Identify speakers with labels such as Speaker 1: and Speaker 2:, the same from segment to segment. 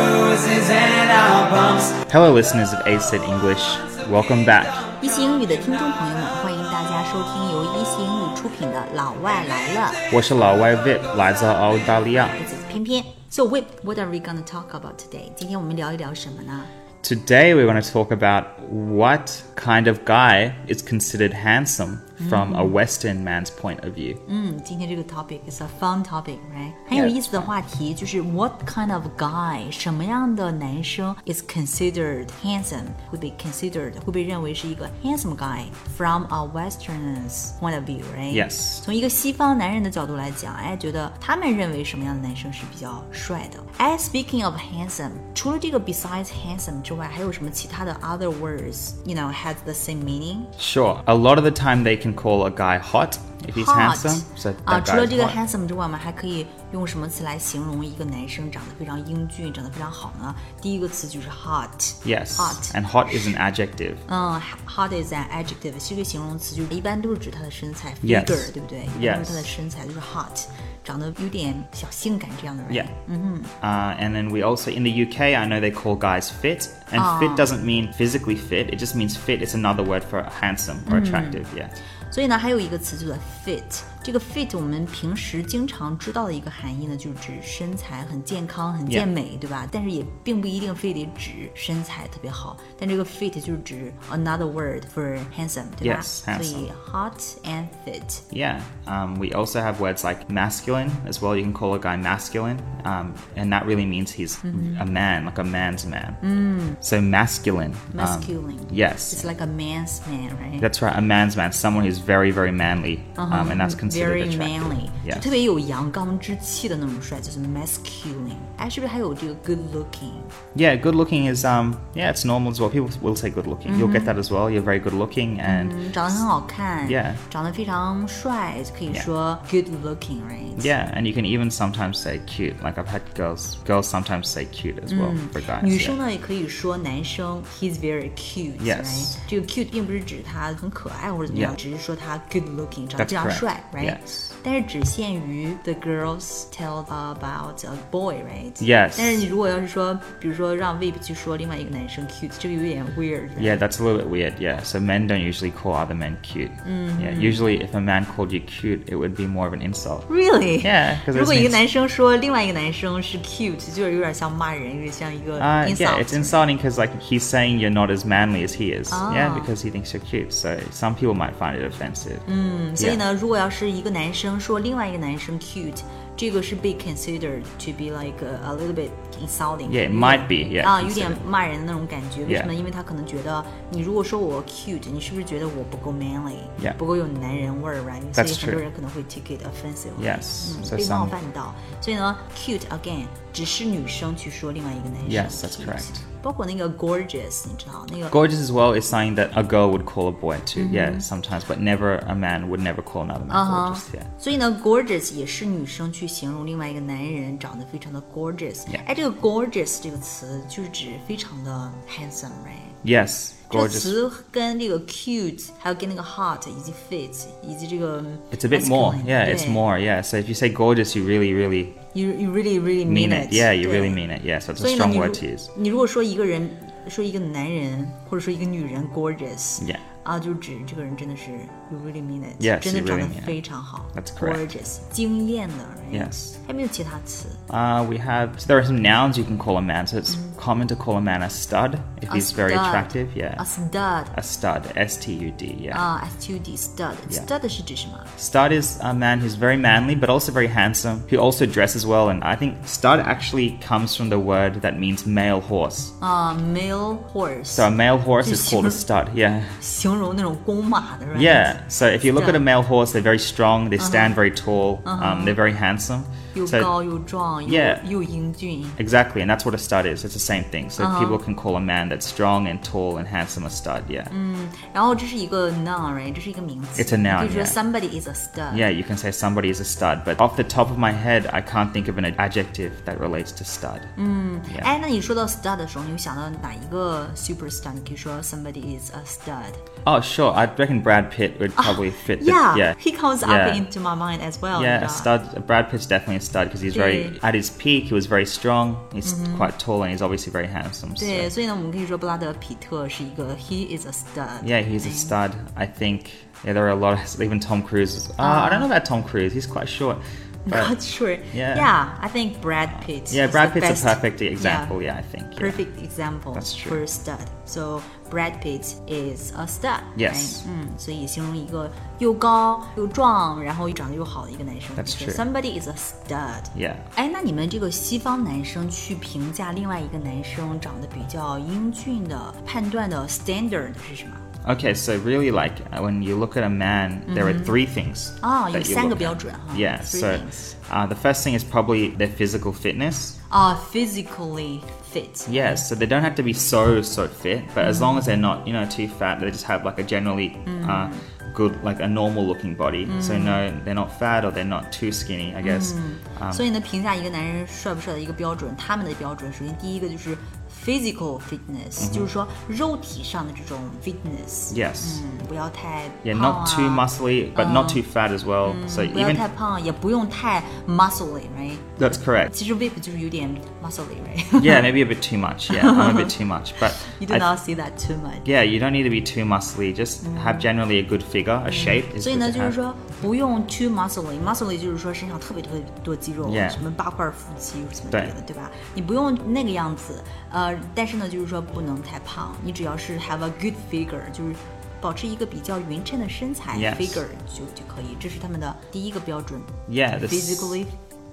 Speaker 1: days and our bumps.
Speaker 2: Hello, listeners of A Said English. Welcome back.
Speaker 3: 一席英语的听众朋友们，欢迎大家收听由一席英语出品的《老外来了》，
Speaker 2: 我是老外 Vip，来自澳大利亚。
Speaker 3: 我是偏偏。So, Whip, what are we gonna talk about today? 今天我们聊一聊什么呢？
Speaker 2: Today, we're going to talk about what kind of guy is considered handsome from
Speaker 3: Mm-hmm.
Speaker 2: a Western man's point of view.
Speaker 3: 嗯，今天这个 topic is a fun topic, right? 很有意思的话题就是 What kind of guy？什么样的男生 is considered handsome？会被 considered 会被认为是一个 handsome guy from a Westerner's point of view, right?
Speaker 2: Yes.
Speaker 3: 从一个西方男人的角度来讲，哎，觉得他们认为什么样的男生是比较帅的？哎，speaking of handsome，除了这个 besides handsome 之外，还有什么其他的 other words？You know has the same meaning？
Speaker 2: Sure, a lot of the time they can call a guy hot if he's
Speaker 3: hot
Speaker 2: handsome. So
Speaker 3: 啊，
Speaker 2: that
Speaker 3: 除了
Speaker 2: guy's
Speaker 3: 这个
Speaker 2: hot.
Speaker 3: handsome 之外，我们还可以用什么词来形容一个男生长得非常英俊、长得非常好呢？第一个词就是 hot。
Speaker 2: Yes,
Speaker 3: hot. Uh,
Speaker 2: and hot is an adjective.
Speaker 3: 嗯，hot is an adjective，是一个形容词，就是一般都是指他的身材
Speaker 2: Yes.
Speaker 3: figure，对不对？一般都是他的身材就是 hot，长得有点小性感这样的人。
Speaker 2: Yeah.
Speaker 3: mm-hmm.
Speaker 2: Uh, and then we also, in the UK, I know they call guys fit. And fit
Speaker 3: Ah.
Speaker 2: doesn't mean physically fit, it just means fit. It's another word for handsome or
Speaker 3: Mm.
Speaker 2: attractive, yeah.
Speaker 3: 所以呢，还有一个词叫做 fit。这个 fit 我们平时经常知道的一个含义呢，就是指身材很健康、很健美对吧？但是也并不一定非得指身材特别好。但这个 fit 就是指 another word for handsome，对吧
Speaker 2: Yes, handsome.
Speaker 3: 所以 hot and fit。
Speaker 2: Yeah. Um, we also have words like masculine as well. You can call a guy masculine, um, and that really means he's
Speaker 3: Mm-hmm.
Speaker 2: a man, like a man's man. So masculine. um,
Speaker 3: Mm. Masculine.
Speaker 2: yes.
Speaker 3: It's like a man's man, right?
Speaker 2: That's right. A man's man, someone who's very, very manly, um, and that's considered
Speaker 3: Uh-huh. very
Speaker 2: attractive.
Speaker 3: manly，就
Speaker 2: Yes.
Speaker 3: 特别有阳刚之气的那种帅，就是 masculine。哎，是不是还有这个 good looking？
Speaker 2: Yeah, good looking is um yeah, it's normal as well. People will say good looking. You'll get
Speaker 3: Mm-hmm.
Speaker 2: that as well. You're very good looking and
Speaker 3: 长得很好看
Speaker 2: Yeah.
Speaker 3: 长得非常帅，就可以
Speaker 2: Yeah.
Speaker 3: 说 good looking，right？
Speaker 2: yeah, and you can even sometimes say cute. Like I've had girls girls sometimes say cute as well for guys.
Speaker 3: 女
Speaker 2: yeah.
Speaker 3: 生呢也可以说男生 he's very cute，right？、
Speaker 2: Yes
Speaker 3: 这个 cute 并不是指他很可爱或者怎么样
Speaker 2: Yeah
Speaker 3: 只是说他 good looking，长得
Speaker 2: That's
Speaker 3: 非常
Speaker 2: correct.
Speaker 3: 帅，right？、
Speaker 2: Yes
Speaker 3: 但是只限于 the girls tell about a boy，right？、
Speaker 2: Yes
Speaker 3: 但是你如果要是说，比如说让 Vip 去说另外一个男生 cute，这个有点 weird，right？
Speaker 2: Yeah, that's a little bit weird. Yeah, so men don't usually call other men cute. Yeah, usually if a man called you cute, it would be more of an insult.
Speaker 3: Really?
Speaker 2: Yeah, 'cause
Speaker 3: 如
Speaker 2: it
Speaker 3: 果一个
Speaker 2: means-
Speaker 3: 男生说另外一个男生是 cute，就是有点像骂人，有点像一个
Speaker 2: Uh,
Speaker 3: insult。
Speaker 2: yeah, it's insulting because like he's saying you're not as manly as he is. Yeah,
Speaker 3: Ah.
Speaker 2: because he thinks you're cute. So some people might find it offensive. Mm,
Speaker 3: 嗯所以呢，如果要是一个男生说另外一个男生 cute，这个是被 considered to be like a, a little bit insulting。
Speaker 2: Yeah, it might be, yeah,
Speaker 3: 啊，有点
Speaker 2: considered.
Speaker 3: 骂人的那种感觉。为什么呢？因为他可能觉得你如果说我 cute，你是不是觉得我不够 manly，
Speaker 2: Yeah.
Speaker 3: 不够有男人味儿，right？所
Speaker 2: That's
Speaker 3: 以很
Speaker 2: true.
Speaker 3: 多人可能会 take it offensive。
Speaker 2: Yes,
Speaker 3: 嗯
Speaker 2: so
Speaker 3: 被冒
Speaker 2: some-
Speaker 3: 犯到。所以呢，cute again 只是女生去说另外一个男
Speaker 2: Yes,
Speaker 3: 生
Speaker 2: that's
Speaker 3: cute。
Speaker 2: correct.
Speaker 3: 包括那个 gorgeous，你知道那个
Speaker 2: Gorgeous as well is something that a girl would call a boy too. Yeah, sometimes, but never a man would never call another man gorgeous. Yeah.
Speaker 3: 所以呢，gorgeous 也是女生去形容另外一个男人长得非常的 gorgeous。
Speaker 2: Yeah.
Speaker 3: 哎，这个 gorgeous 这个词就是指非常的 handsome，right？
Speaker 2: Yes,
Speaker 3: 这个
Speaker 2: gorgeous.
Speaker 3: 词跟这个 cute，还有跟那个 hot，以及 fit，以及这个
Speaker 2: It's a bit more.
Speaker 3: masculine，
Speaker 2: Yeah, it's
Speaker 3: 对
Speaker 2: more. Yeah. So if you say gorgeous, you really, really
Speaker 3: You you really really
Speaker 2: mean
Speaker 3: mean
Speaker 2: it. Yeah, you
Speaker 3: 对
Speaker 2: really mean it. Yeah. So it's
Speaker 3: 所
Speaker 2: a
Speaker 3: 以呢，
Speaker 2: strong
Speaker 3: 你如
Speaker 2: word to use.
Speaker 3: 你如果说一个人，说一个男人，或者说一个女人 gorgeous，
Speaker 2: Yeah.
Speaker 3: 啊，就指这个人真的是 you really mean it，
Speaker 2: Yes,
Speaker 3: 真的
Speaker 2: you
Speaker 3: 长
Speaker 2: really
Speaker 3: 得
Speaker 2: mean it.
Speaker 3: 非常好
Speaker 2: That's correct.
Speaker 3: ，gorgeous，惊艳的 right？
Speaker 2: Yes
Speaker 3: 还有没有其他词
Speaker 2: Uh, we have so there are some nouns you can call a man. So it's common to call a man a stud if
Speaker 3: Mm-hmm. A
Speaker 2: he's very
Speaker 3: stud.
Speaker 2: attractive. Yeah,
Speaker 3: ？A 啊 Ah. stud，
Speaker 2: a stud. S T U D. Yeah.
Speaker 3: 啊，S T U D，stud，stud
Speaker 2: Yeah
Speaker 3: 是指什么？
Speaker 2: Stud is a man who's very manly but also very handsome, who also dresses well. And I think stud actually comes from the word that means male horse.
Speaker 3: 啊，male
Speaker 2: So a
Speaker 3: horse，
Speaker 2: male horse
Speaker 3: Just
Speaker 2: is called a
Speaker 3: your-
Speaker 2: stud. Yeah.
Speaker 3: 形容那种公马的 right？
Speaker 2: Yeah. So if you look at a
Speaker 3: Stud. Uh-huh.
Speaker 2: male horse, they're very strong. They stand very tall. Um, they're very handsome.
Speaker 3: 又
Speaker 2: So-
Speaker 3: 高又壮又
Speaker 2: Yeah
Speaker 3: 又英俊。
Speaker 2: Exactly, and that's what a stud is. It's the same thing. So
Speaker 3: Uh-huh.
Speaker 2: people can call a man that's strong and tall and handsome a stud. Yeah,
Speaker 3: Mm. 然后这是一个 noun，right？这是一个名词。
Speaker 2: It's a noun，
Speaker 3: 你可以说
Speaker 2: yeah
Speaker 3: somebody is a stud。
Speaker 2: yeah. You can say somebody is a stud, but off the top of my head, I can't think of an adjective that relates to stud.
Speaker 3: Mm. 哎，那你说到 stud 的时候，你会想到哪一个 super star？你可以说 somebody is a stud。
Speaker 2: Oh, sure. I reckon Brad Pitt would probably fit. the-
Speaker 3: Ah,
Speaker 2: yeah,
Speaker 3: Yeah, he comes
Speaker 2: Yeah.
Speaker 3: up into my mind as well.
Speaker 2: yeah.
Speaker 3: you
Speaker 2: A
Speaker 3: know.
Speaker 2: stud. Brad Pitt's definitely a stud because he's very
Speaker 3: 对。
Speaker 2: at his peak. He was very strong. He's
Speaker 3: Mm-hmm.
Speaker 2: quite tall and he's obviously very handsome. So.
Speaker 3: 对，所以呢，我们可以说布拉德皮特是一个 he is a stud。
Speaker 2: Yeah, he's a stud. I think. Yeah, there are a lot. Of, even Tom Cruise. Was, uh, I
Speaker 3: Uh-huh.
Speaker 2: don't know about Tom Cruise. He's quite short. But
Speaker 3: Not sure.
Speaker 2: Yeah.
Speaker 3: I think Brad Pitt.
Speaker 2: yeah,
Speaker 3: is
Speaker 2: Brad
Speaker 3: the
Speaker 2: Pitt's
Speaker 3: best-
Speaker 2: a perfect example. Yeah, I think. yeah.
Speaker 3: Perfect example
Speaker 2: That's true.
Speaker 3: for a stud. So Brad Pitt is a stud.
Speaker 2: Yes.
Speaker 3: right? 嗯，所以形容一个又高又壮，然后又长得又好的一个男生。
Speaker 2: That's
Speaker 3: 就是
Speaker 2: true.
Speaker 3: Somebody is a stud.
Speaker 2: Yeah.
Speaker 3: 哎，那你们这个西方男生去评价另外一个男生长得比较英俊的判断的 standard 是什么？
Speaker 2: Okay, so really, like uh, when you look at a man, there
Speaker 3: Mm-hmm.
Speaker 2: are three things.
Speaker 3: 啊、有
Speaker 2: that you
Speaker 3: 三个
Speaker 2: look
Speaker 3: 标
Speaker 2: at.
Speaker 3: 准哈。
Speaker 2: Yeah,
Speaker 3: Oh, three
Speaker 2: so
Speaker 3: things.
Speaker 2: uh, the first thing is probably their physical fitness.
Speaker 3: 啊、p h y s i c a l l y fit。
Speaker 2: Yeah, so they don't have to be so so fit, but
Speaker 3: Mm-hmm.
Speaker 2: as long as they're not you know too fat, they just have like a generally uh,
Speaker 3: Mm-hmm.
Speaker 2: good like a normal looking body. So no, they're not fat or they're not too skinny. I guess. 嗯 Um,
Speaker 3: 所以呢，评价一个男人帅不帅的一个标准，他们的标准，首先第一个就是 physical fitness，、就是说肉体上的这种 fitness。
Speaker 2: 嗯 Yes.
Speaker 3: 嗯，不要太
Speaker 2: Yeah,
Speaker 3: 胖啊
Speaker 2: not too muscly, but
Speaker 3: Oh.
Speaker 2: not too fat as well. So
Speaker 3: 不要
Speaker 2: even
Speaker 3: 太胖，也不用太 muscly，right？
Speaker 2: that's correct.
Speaker 3: 其实 whip 就是有点 muscly，right？
Speaker 2: Yeah, maybe a bit too much. Yeah, I'm a bit too much, but
Speaker 3: You
Speaker 2: I
Speaker 3: do not see that too much。
Speaker 2: Yeah, you don't need to be too muscly. Just have generally a good figure, a shape. Is
Speaker 3: 所以
Speaker 2: good
Speaker 3: 呢，就
Speaker 2: to
Speaker 3: 是
Speaker 2: have.
Speaker 3: 说不用 too muscly，muscly 就是说身上特别特别多肌肉
Speaker 2: Yeah
Speaker 3: 什么八块腹肌什么之
Speaker 2: 对
Speaker 3: 类的，对吧？你不用那个样子，呃，但是呢，就是说不能太胖，你只要是 have a good figure，就是保持一个比较匀称的身材
Speaker 2: Yes
Speaker 3: figure 就就可以，这是他们的第一个标准。
Speaker 2: Yeah, the s-
Speaker 3: physically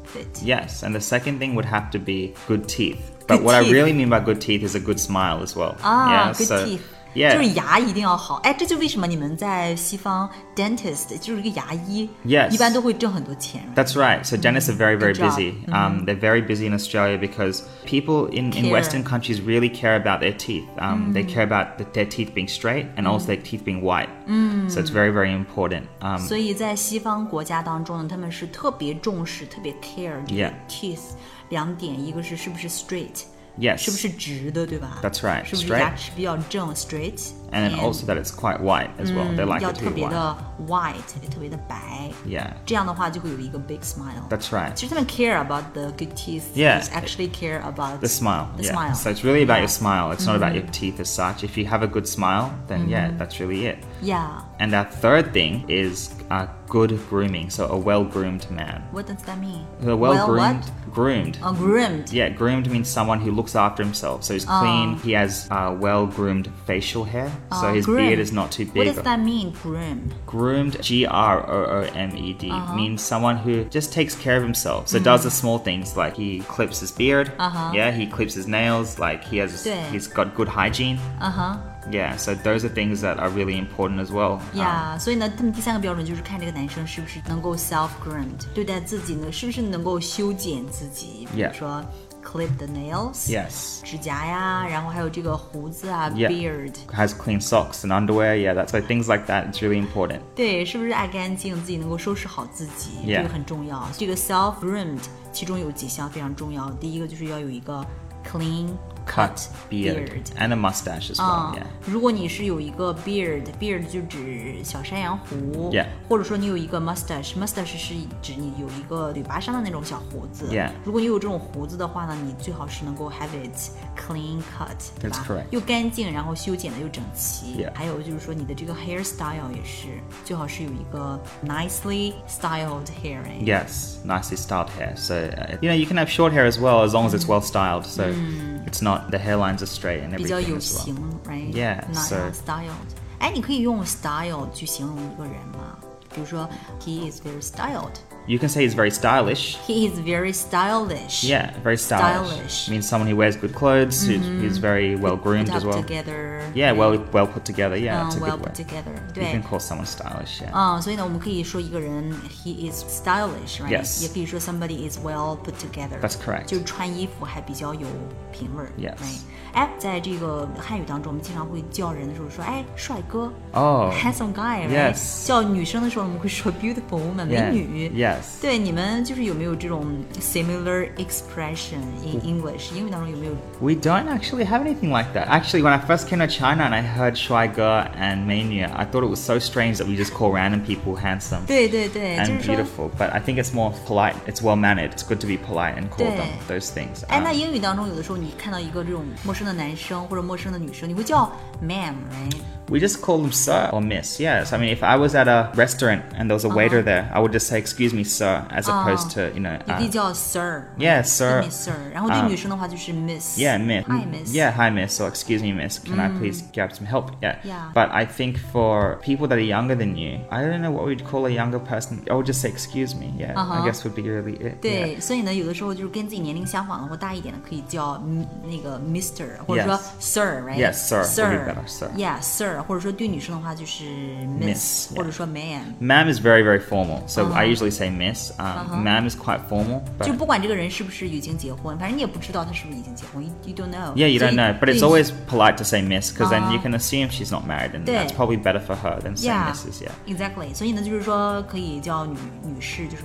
Speaker 3: fit。
Speaker 2: Yes, and the second thing would have to be good teeth. But
Speaker 3: Good
Speaker 2: what
Speaker 3: teeth.
Speaker 2: I really mean by good teeth is a good smile as well.
Speaker 3: 啊、
Speaker 2: yeah,
Speaker 3: g o o
Speaker 2: so,
Speaker 3: d teeth，
Speaker 2: Yeah,
Speaker 3: 就是牙一定要好。哎，这就为什么你们在西方 dentist 就是一个牙医
Speaker 2: Yes
Speaker 3: 一般都会挣很多钱。
Speaker 2: that's right. So dentists are very, very
Speaker 3: Good job. Mm-hmm.
Speaker 2: busy. Um, they're very busy in Australia because people in, in
Speaker 3: Care. Mm.
Speaker 2: Western countries really care about their teeth. Um, They care about the, their teeth being straight and also their teeth being white.
Speaker 3: Mm.
Speaker 2: So it's very, very important. Um,
Speaker 3: 所以在西方国家当中呢，他们是特别重视、特别 care 这个
Speaker 2: Yeah.
Speaker 3: teeth 两点，一个是是不是 straight，
Speaker 2: yes,
Speaker 3: 是不是直的，对吧
Speaker 2: That's right,
Speaker 3: 是不是
Speaker 2: straight.
Speaker 3: 牙齿比较正 straight，
Speaker 2: and then also that it's quite white as well. they like
Speaker 3: 要
Speaker 2: it to
Speaker 3: 特
Speaker 2: be
Speaker 3: 别
Speaker 2: white.
Speaker 3: 的 white，也特别的白，
Speaker 2: Yeah,
Speaker 3: 这样的话就会有一个 big smile。
Speaker 2: that's right.
Speaker 3: 其实他们 care about the good teeth，
Speaker 2: Yeah.
Speaker 3: is actually care about
Speaker 2: The smile.
Speaker 3: The
Speaker 2: yeah.
Speaker 3: smile.
Speaker 2: So it's really about
Speaker 3: Yeah. Mm-hmm.
Speaker 2: your smile. It's not about your teeth as such. If you have a good smile, then yeah, that's really it.
Speaker 3: yeah。
Speaker 2: And our third thing is uh, good grooming. So a well groomed man.
Speaker 3: What does that mean?
Speaker 2: A well groomed.
Speaker 3: what? Oh.
Speaker 2: Groomed.
Speaker 3: A groomed.
Speaker 2: Yeah, groomed means someone who looks after himself. So he's
Speaker 3: Oh.
Speaker 2: clean. He has uh, well groomed facial hair. So
Speaker 3: Oh,
Speaker 2: his
Speaker 3: groomed.
Speaker 2: beard is not too
Speaker 3: What
Speaker 2: big.
Speaker 3: does that mean, groom?
Speaker 2: Groomed, G R O O M E D, means someone who just takes care of himself. So does the small things like he clips his beard.
Speaker 3: Uh-huh.
Speaker 2: Yeah, he clips his nails. Like he has,
Speaker 3: Yeah.
Speaker 2: he's got good hygiene.
Speaker 3: 嗯哼。
Speaker 2: Yeah, so those are things that are really important as well. Um,
Speaker 3: 呀所以呢，他们第三个标准就是看这个男生是不是能够 self groomed，对待自己呢，是不是能够修剪自己，比如
Speaker 2: Yeah.
Speaker 3: 说 clip the nails，、
Speaker 2: yes.
Speaker 3: 指甲呀，然后还有这个胡子啊
Speaker 2: Yeah.
Speaker 3: beard，
Speaker 2: Has clean socks and underwear. Yeah, that's like things like that. It's really important.
Speaker 3: 对，是不是爱干净，自己能够收拾好自己
Speaker 2: Yeah.
Speaker 3: 这个很重要。这个 self groomed 其中有几项非常重要，第一个就是要有一个 clean
Speaker 2: Cut, beard,
Speaker 3: beard Oh.
Speaker 2: and a mustache as
Speaker 3: 啊
Speaker 2: well. Yeah.，
Speaker 3: 如果你是有一个 beard，beard 就指小山羊胡
Speaker 2: Yeah
Speaker 3: 或者说你有一个 mustache，mustache 是指你有一个嘴巴上的那种小胡子。
Speaker 2: Yeah
Speaker 3: 如果你有这种胡子的话呢，你最好是能够 have it clean cut，对吧
Speaker 2: correct
Speaker 3: 又干净，然后修剪的又整齐。
Speaker 2: Yeah
Speaker 3: 还有就是说你的这个 hairstyle 也是最好是有一个 nicely styled hair。哎
Speaker 2: Yes, nicely styled hair. So uh, you know you can have short hair as well as long as it's well styled. So it's not the hairlines are straight and
Speaker 3: 比较
Speaker 2: everything
Speaker 3: 有
Speaker 2: as well.
Speaker 3: 型，right？
Speaker 2: Yeah,
Speaker 3: not
Speaker 2: so-
Speaker 3: not styled。哎，你可以用 style 去形容一个人吗？比如说，he is very styled。
Speaker 2: You can say he's very stylish.
Speaker 3: He is very stylish.
Speaker 2: Yeah, very stylish.
Speaker 3: Stylish.
Speaker 2: Means someone who wears good clothes, who's who's very well
Speaker 3: Put
Speaker 2: groomed
Speaker 3: up
Speaker 2: as well.
Speaker 3: together.
Speaker 2: Yeah, well well put together. Yeah, it's
Speaker 3: um,
Speaker 2: a
Speaker 3: well
Speaker 2: good
Speaker 3: put
Speaker 2: word.
Speaker 3: together. Oh,
Speaker 2: You
Speaker 3: 对
Speaker 2: can。call someone stylish. Yeah.
Speaker 3: 嗯，所以呢，我们可以说一个人 he is stylish, right？、
Speaker 2: Yes.
Speaker 3: 也可以说 somebody is well put together.
Speaker 2: That's correct.
Speaker 3: 就是穿衣服还比较有品味儿。
Speaker 2: Yes.
Speaker 3: right？哎，在这个汉语当中，我们经常会叫人的时候说，哎，帅哥
Speaker 2: Oh,
Speaker 3: handsome guy，right？
Speaker 2: yes.
Speaker 3: 叫女生的时候，我们会说 beautiful woman，
Speaker 2: Yeah,
Speaker 3: 美女。
Speaker 2: Yes.
Speaker 3: 对，你们就是有没有这种 similar expression in English？英语当中有没有
Speaker 2: We don't actually have anything like that. Actually, when I first came to China and I heard Shy Girl and Mania, I thought it was so strange that we just call random people handsome
Speaker 3: 对对对，就
Speaker 2: and
Speaker 3: 是说，
Speaker 2: beautiful. But I think it's more polite. It's well mannered. It's good to be polite and call them
Speaker 3: 对。
Speaker 2: those things.
Speaker 3: 哎，那
Speaker 2: Um,
Speaker 3: 英语当中有的时候你看到一个这种陌生的男生或者陌生的女生，你会叫 ma'am，right？
Speaker 2: we just call them sir or miss. Yes. I mean, if I was at a restaurant and there was a waiter
Speaker 3: Uh-huh.
Speaker 2: there, I would just say, "Excuse me, sir," as opposed to you know,
Speaker 3: 也可以
Speaker 2: uh,
Speaker 3: 叫 sir。
Speaker 2: yeah, sir.
Speaker 3: Miss Sir，然后对
Speaker 2: 啊
Speaker 3: 女生的话就是 Miss。
Speaker 2: Yeah, miss.
Speaker 3: Hi, Miss. Mm.
Speaker 2: Yeah, hi, miss. Or excuse me, miss. Can I please grab some help? Yeah.
Speaker 3: Yeah.
Speaker 2: But I think for people that are younger than you, I don't know what we'd call a younger person. I would just say excuse me. Yeah.
Speaker 3: Uh-huh.
Speaker 2: I guess would be really it.
Speaker 3: 对，所以呢，有的时候就是跟自己年龄相仿的或大一点的，可以叫嗯那个 Mister，或者说 Sir，right？
Speaker 2: Yes, sir, would be
Speaker 3: Sir
Speaker 2: better, sir.
Speaker 3: Yeah, Sir，或者说对女生的话就是
Speaker 2: Miss,
Speaker 3: Miss，
Speaker 2: yeah.
Speaker 3: 或者说 Ma'am。
Speaker 2: Ma'am is very, very formal. So
Speaker 3: Uh-huh.
Speaker 2: I usually say miss. Um, Ma'am is quite formal.
Speaker 3: 就
Speaker 2: But
Speaker 3: 不管这个人是不是已经结婚，反正你也不知道他是不是已经结婚，you you don't know。
Speaker 2: yeah, you
Speaker 3: 所以
Speaker 2: don't know. But it's
Speaker 3: 对
Speaker 2: always polite to say miss because then you
Speaker 3: Uh-huh.
Speaker 2: can assume she's not married and
Speaker 3: Yeah.
Speaker 2: that's probably better for her than saying
Speaker 3: Yeah.
Speaker 2: misses. Yeah.
Speaker 3: Exactly，所以呢，就是说可以叫女女士，就是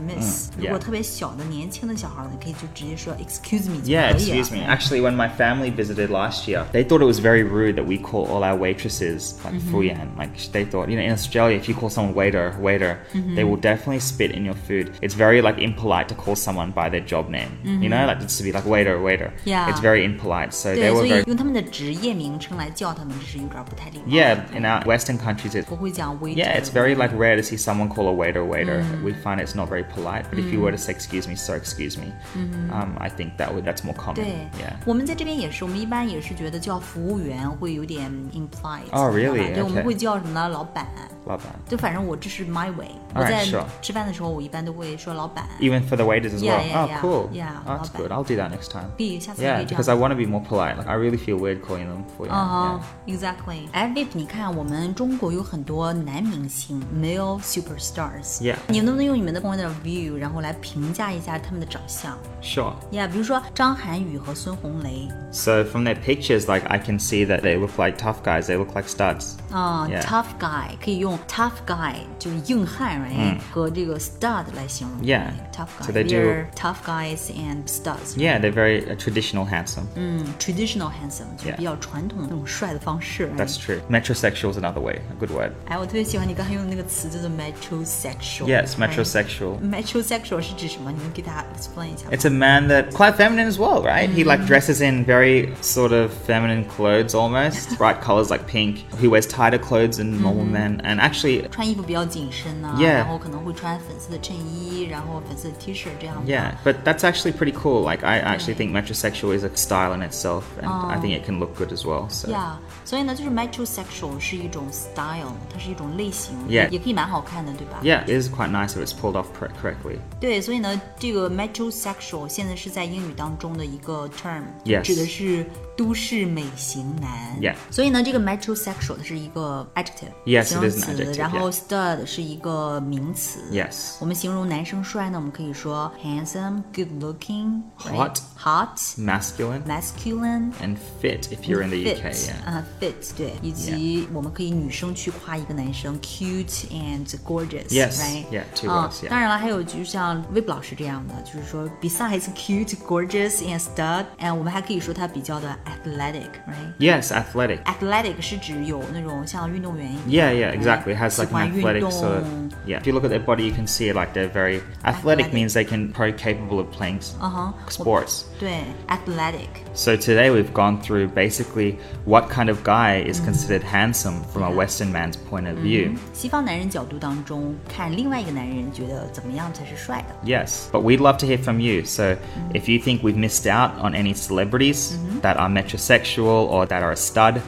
Speaker 2: 嗯
Speaker 3: Miss。如果
Speaker 2: yeah
Speaker 3: 特别小的年轻的小孩儿呢，可以就直接说 Excuse me 就可以了。
Speaker 2: Yeah, excuse me. Actually, when my family visited last year, they thought it was very rude that we call all our waitresses like
Speaker 3: Mm-hmm.
Speaker 2: fuyan. Like they thought, you know, in Australia, if you call someone waiter, waiter,
Speaker 3: Mm-hmm.
Speaker 2: they will definitely spit in your food. It's very like impolite to call someone by their job name. You know, like just to be like waiter, waiter.
Speaker 3: Mm-hmm. Yeah.
Speaker 2: it's very impolite. So they
Speaker 3: 对，
Speaker 2: were
Speaker 3: 所以
Speaker 2: very
Speaker 3: 用他们的职业名称来叫他们，这是有点不太礼貌的。
Speaker 2: yeah. In our Western countries, it's
Speaker 3: 不会讲 waiter。
Speaker 2: yeah, it's very like rare to see someone call a waiter waiter.
Speaker 3: Mm.
Speaker 2: We find it's not very polite. But if you were to say excuse me, sir, excuse me,
Speaker 3: Mm-hmm.
Speaker 2: um, I think that would that's more common.
Speaker 3: 对
Speaker 2: Yeah.
Speaker 3: 我们在这边也是，我们一般也是觉得叫服务员会有点 implied 知道吧。
Speaker 2: Oh, really?
Speaker 3: 对，我们
Speaker 2: Okay.
Speaker 3: 会叫什么呢？老板。
Speaker 2: Love that.
Speaker 3: 就反正我这是 my way。我
Speaker 2: Alright,
Speaker 3: 在
Speaker 2: sure.
Speaker 3: 吃饭的时候，我一般都会说老板。
Speaker 2: Even for the waiters as
Speaker 3: Yeah,
Speaker 2: well.
Speaker 3: yeah,
Speaker 2: oh,
Speaker 3: yeah.
Speaker 2: cool.
Speaker 3: Yeah,
Speaker 2: oh, that's
Speaker 3: not bad.
Speaker 2: good. I'll do that next time.
Speaker 3: 可以，下次可
Speaker 2: Yeah,
Speaker 3: 以这
Speaker 2: because
Speaker 3: 样
Speaker 2: I。want to be more polite. Like I really feel weird calling them for you.
Speaker 3: 啊、h exactly。哎，Vip，你看我们中国有很多男明星，male superstars。
Speaker 2: Yeah
Speaker 3: 你能不能用你们的 point of view，然后来评价一下他们的长相
Speaker 2: yeah. Sure.
Speaker 3: ？Yeah，比如说张涵予和孙红雷
Speaker 2: So from their pictures, like I can see that they look like tough guys. They look like studs.
Speaker 3: 啊、
Speaker 2: Yeah
Speaker 3: t o u g h guy 可以用 tough guy 就是硬汉，right？、和这个 stud 来形容。
Speaker 2: 嗯 Yeah
Speaker 3: tough guy。
Speaker 2: So they do-
Speaker 3: We're tough guys and studs。
Speaker 2: Yeah, they're very uh, traditional handsome.
Speaker 3: 嗯，traditional handsome 就是
Speaker 2: Yeah
Speaker 3: 比较传统那种帅的方式。
Speaker 2: That's true. Metrosexual is another way. A good word.
Speaker 3: 哎，我特别喜欢你刚才用的那个词，叫做 metrosexual。
Speaker 2: Yes,
Speaker 3: right？
Speaker 2: metrosexual.
Speaker 3: Metrosexual 是指什么？你能给大家 explain 一下吗
Speaker 2: It's a man that quite feminine as well, right? He
Speaker 3: Mm.
Speaker 2: like dresses in very sort of feminine clothes almost, bright colors like pink. He wears tighter clothes than normal
Speaker 3: Mm-hmm.
Speaker 2: men, and actually
Speaker 3: 穿衣服比较紧身呐、
Speaker 2: Yeah
Speaker 3: 然后可能会穿粉色的衬衣，然后粉色的 T 恤这样子。
Speaker 2: Yeah, but that's actually pretty cool. Like, I actually think metrosexual is a style in itself, and I think it can look good as well. So,
Speaker 3: Yeah，所以呢，就是 metrosexual 是一种 style，它是一种类型
Speaker 2: Yeah
Speaker 3: 也可以蛮好看的，对吧
Speaker 2: Yeah, it is quite nice if it's pulled off pr- correctly.
Speaker 3: 对，所以呢，这个 metrosexual 现在是在英语当中的一个 term，、
Speaker 2: Yes
Speaker 3: 指的是都市美型男。
Speaker 2: Yeah
Speaker 3: 所以呢，这个 metrosexual 它是一个 adjective，
Speaker 2: Yes,
Speaker 3: 形容
Speaker 2: it is
Speaker 3: 词
Speaker 2: an adjective,
Speaker 3: 然后 stud 是一个名词。
Speaker 2: Yes.
Speaker 3: 我们形容男生帅呢，我们可以说 handsome, good looking,
Speaker 2: Hot
Speaker 3: hot,
Speaker 2: Masculine
Speaker 3: masculine.
Speaker 2: and fit if you're in the
Speaker 3: fit,
Speaker 2: UK, yeah.
Speaker 3: 啊、fit 对，以及我们可以女生去夸一个男生 cute and gorgeous,
Speaker 2: Yes,
Speaker 3: right?
Speaker 2: yeah, two
Speaker 3: 啊
Speaker 2: words, yeah.
Speaker 3: 当然了，还有就像 Vip 老师这样的，就是说 besides cute, gorgeous and stud，哎，我们还可以说他比较的 athletic, right?
Speaker 2: Yes, athletic.
Speaker 3: Athletic 是指有那种像运动员一样
Speaker 2: Yeah, yeah,
Speaker 3: right?
Speaker 2: exactly. It has
Speaker 3: 喜
Speaker 2: like an
Speaker 3: 欢运
Speaker 2: athletic
Speaker 3: 动。
Speaker 2: sort of. Yeah. If you look at their body, you can see like they're very. Athletic,
Speaker 3: Athletic. Oh.
Speaker 2: means they can pro capable of playing s-
Speaker 3: 嗯哼，我
Speaker 2: sports.
Speaker 3: 对 athletic，
Speaker 2: So today we've gone through basically what kind of guy is considered handsome from a Western man's point of view.
Speaker 3: 西方男人角度当中看另外一个男人觉得怎么样才是帅的。
Speaker 2: Yes, but we'd love to hear from you. So if you think we've missed out on any celebrities that are metrosexual or that are a stud,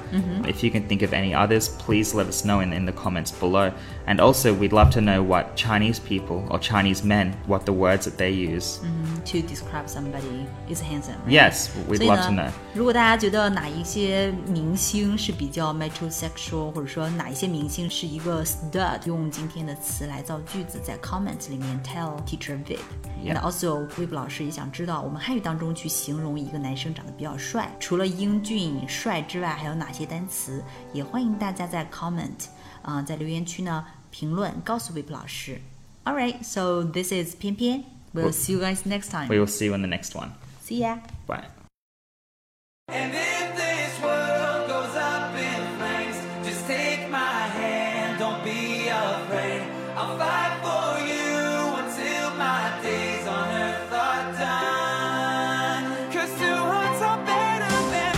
Speaker 2: if you can think of any others, please let us know in, in the comments below. And also, we'd love to know what Chinese people or Chinese men, what the words that they use.
Speaker 3: 嗯 to describe somebody is handsome. right?
Speaker 2: Yes, we'd
Speaker 3: 所以
Speaker 2: love to
Speaker 3: 呢
Speaker 2: know.，
Speaker 3: 如果大家觉得哪一些明星是比较 metrosexual，或者说哪一些明星是一个 stud，用今天的词来造句子，在 comment 里面 tell teacher Vip。
Speaker 2: Yeah.
Speaker 3: And also Vip 老师也想知道，我们汉语当中去形容一个男生长得比较帅，除了英俊帅之外，还有哪些单词？呃也欢迎大家在 comment，啊、在留言区呢评论告诉 Vip 老师。Alright, All right, so this is 偏偏 We'll see you guys next time.
Speaker 2: We will see you in the next one.
Speaker 3: See ya.
Speaker 2: Bye.
Speaker 1: And if this world goes up in flames, just take my hand, don't be afraid. I'll fight for you until my days on earth are done. Cause two hearts are better than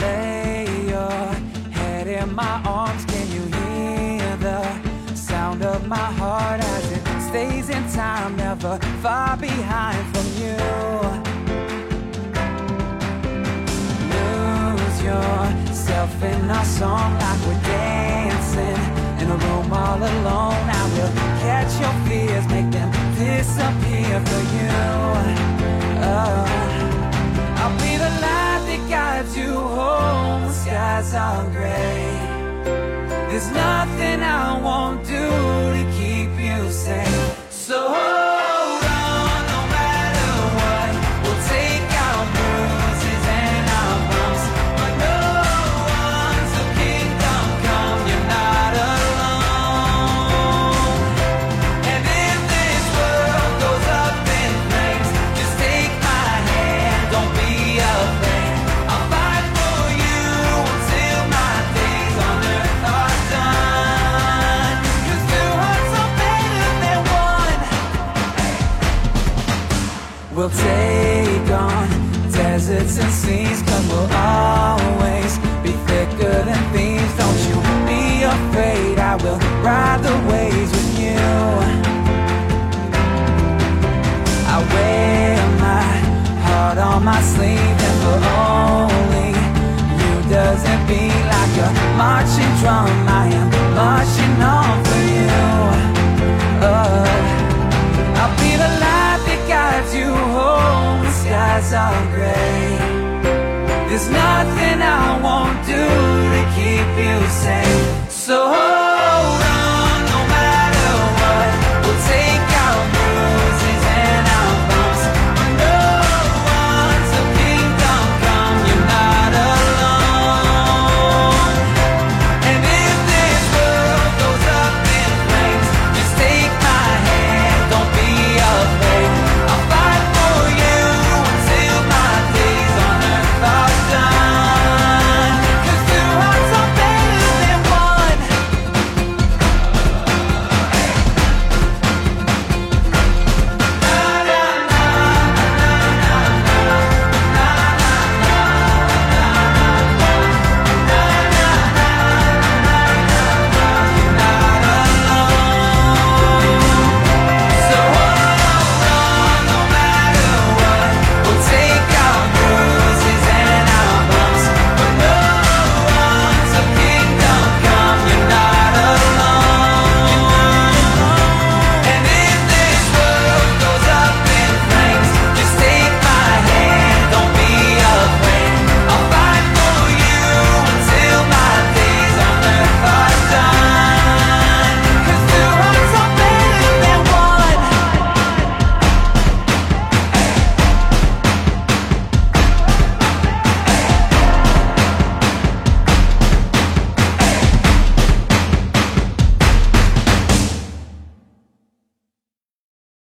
Speaker 1: Lay your head in my arms. Can you hear the sound of my heart as it stays in time, never far behind from you? Lose yourself in our song like we're dancing in a room all alone. I will catch your fears, make them disappear for you. Oh. I'll be the light that guides you home. The skies are gray. There's nothing I won't do to keep you safe. So hold on, no matter what. We'll take our bruises and our bumps, but no one's the kingdom come. You're not alone. And if this world goes up in flames, just take my hand, don't be afraid. I'll fight for you until my days on earth are done. 'Cause two hearts are better than one. We'll take on deserts and seas, cause we'll always be thicker than thieves. Don't you be afraid, I will ride the waves with you. I wear my heart on my sleeve and for only you does it beat like a marching drum. I am marching on for you. Oh, I'll be the light that guides you home. The skies are gray. There's nothing I won't do to keep you safe.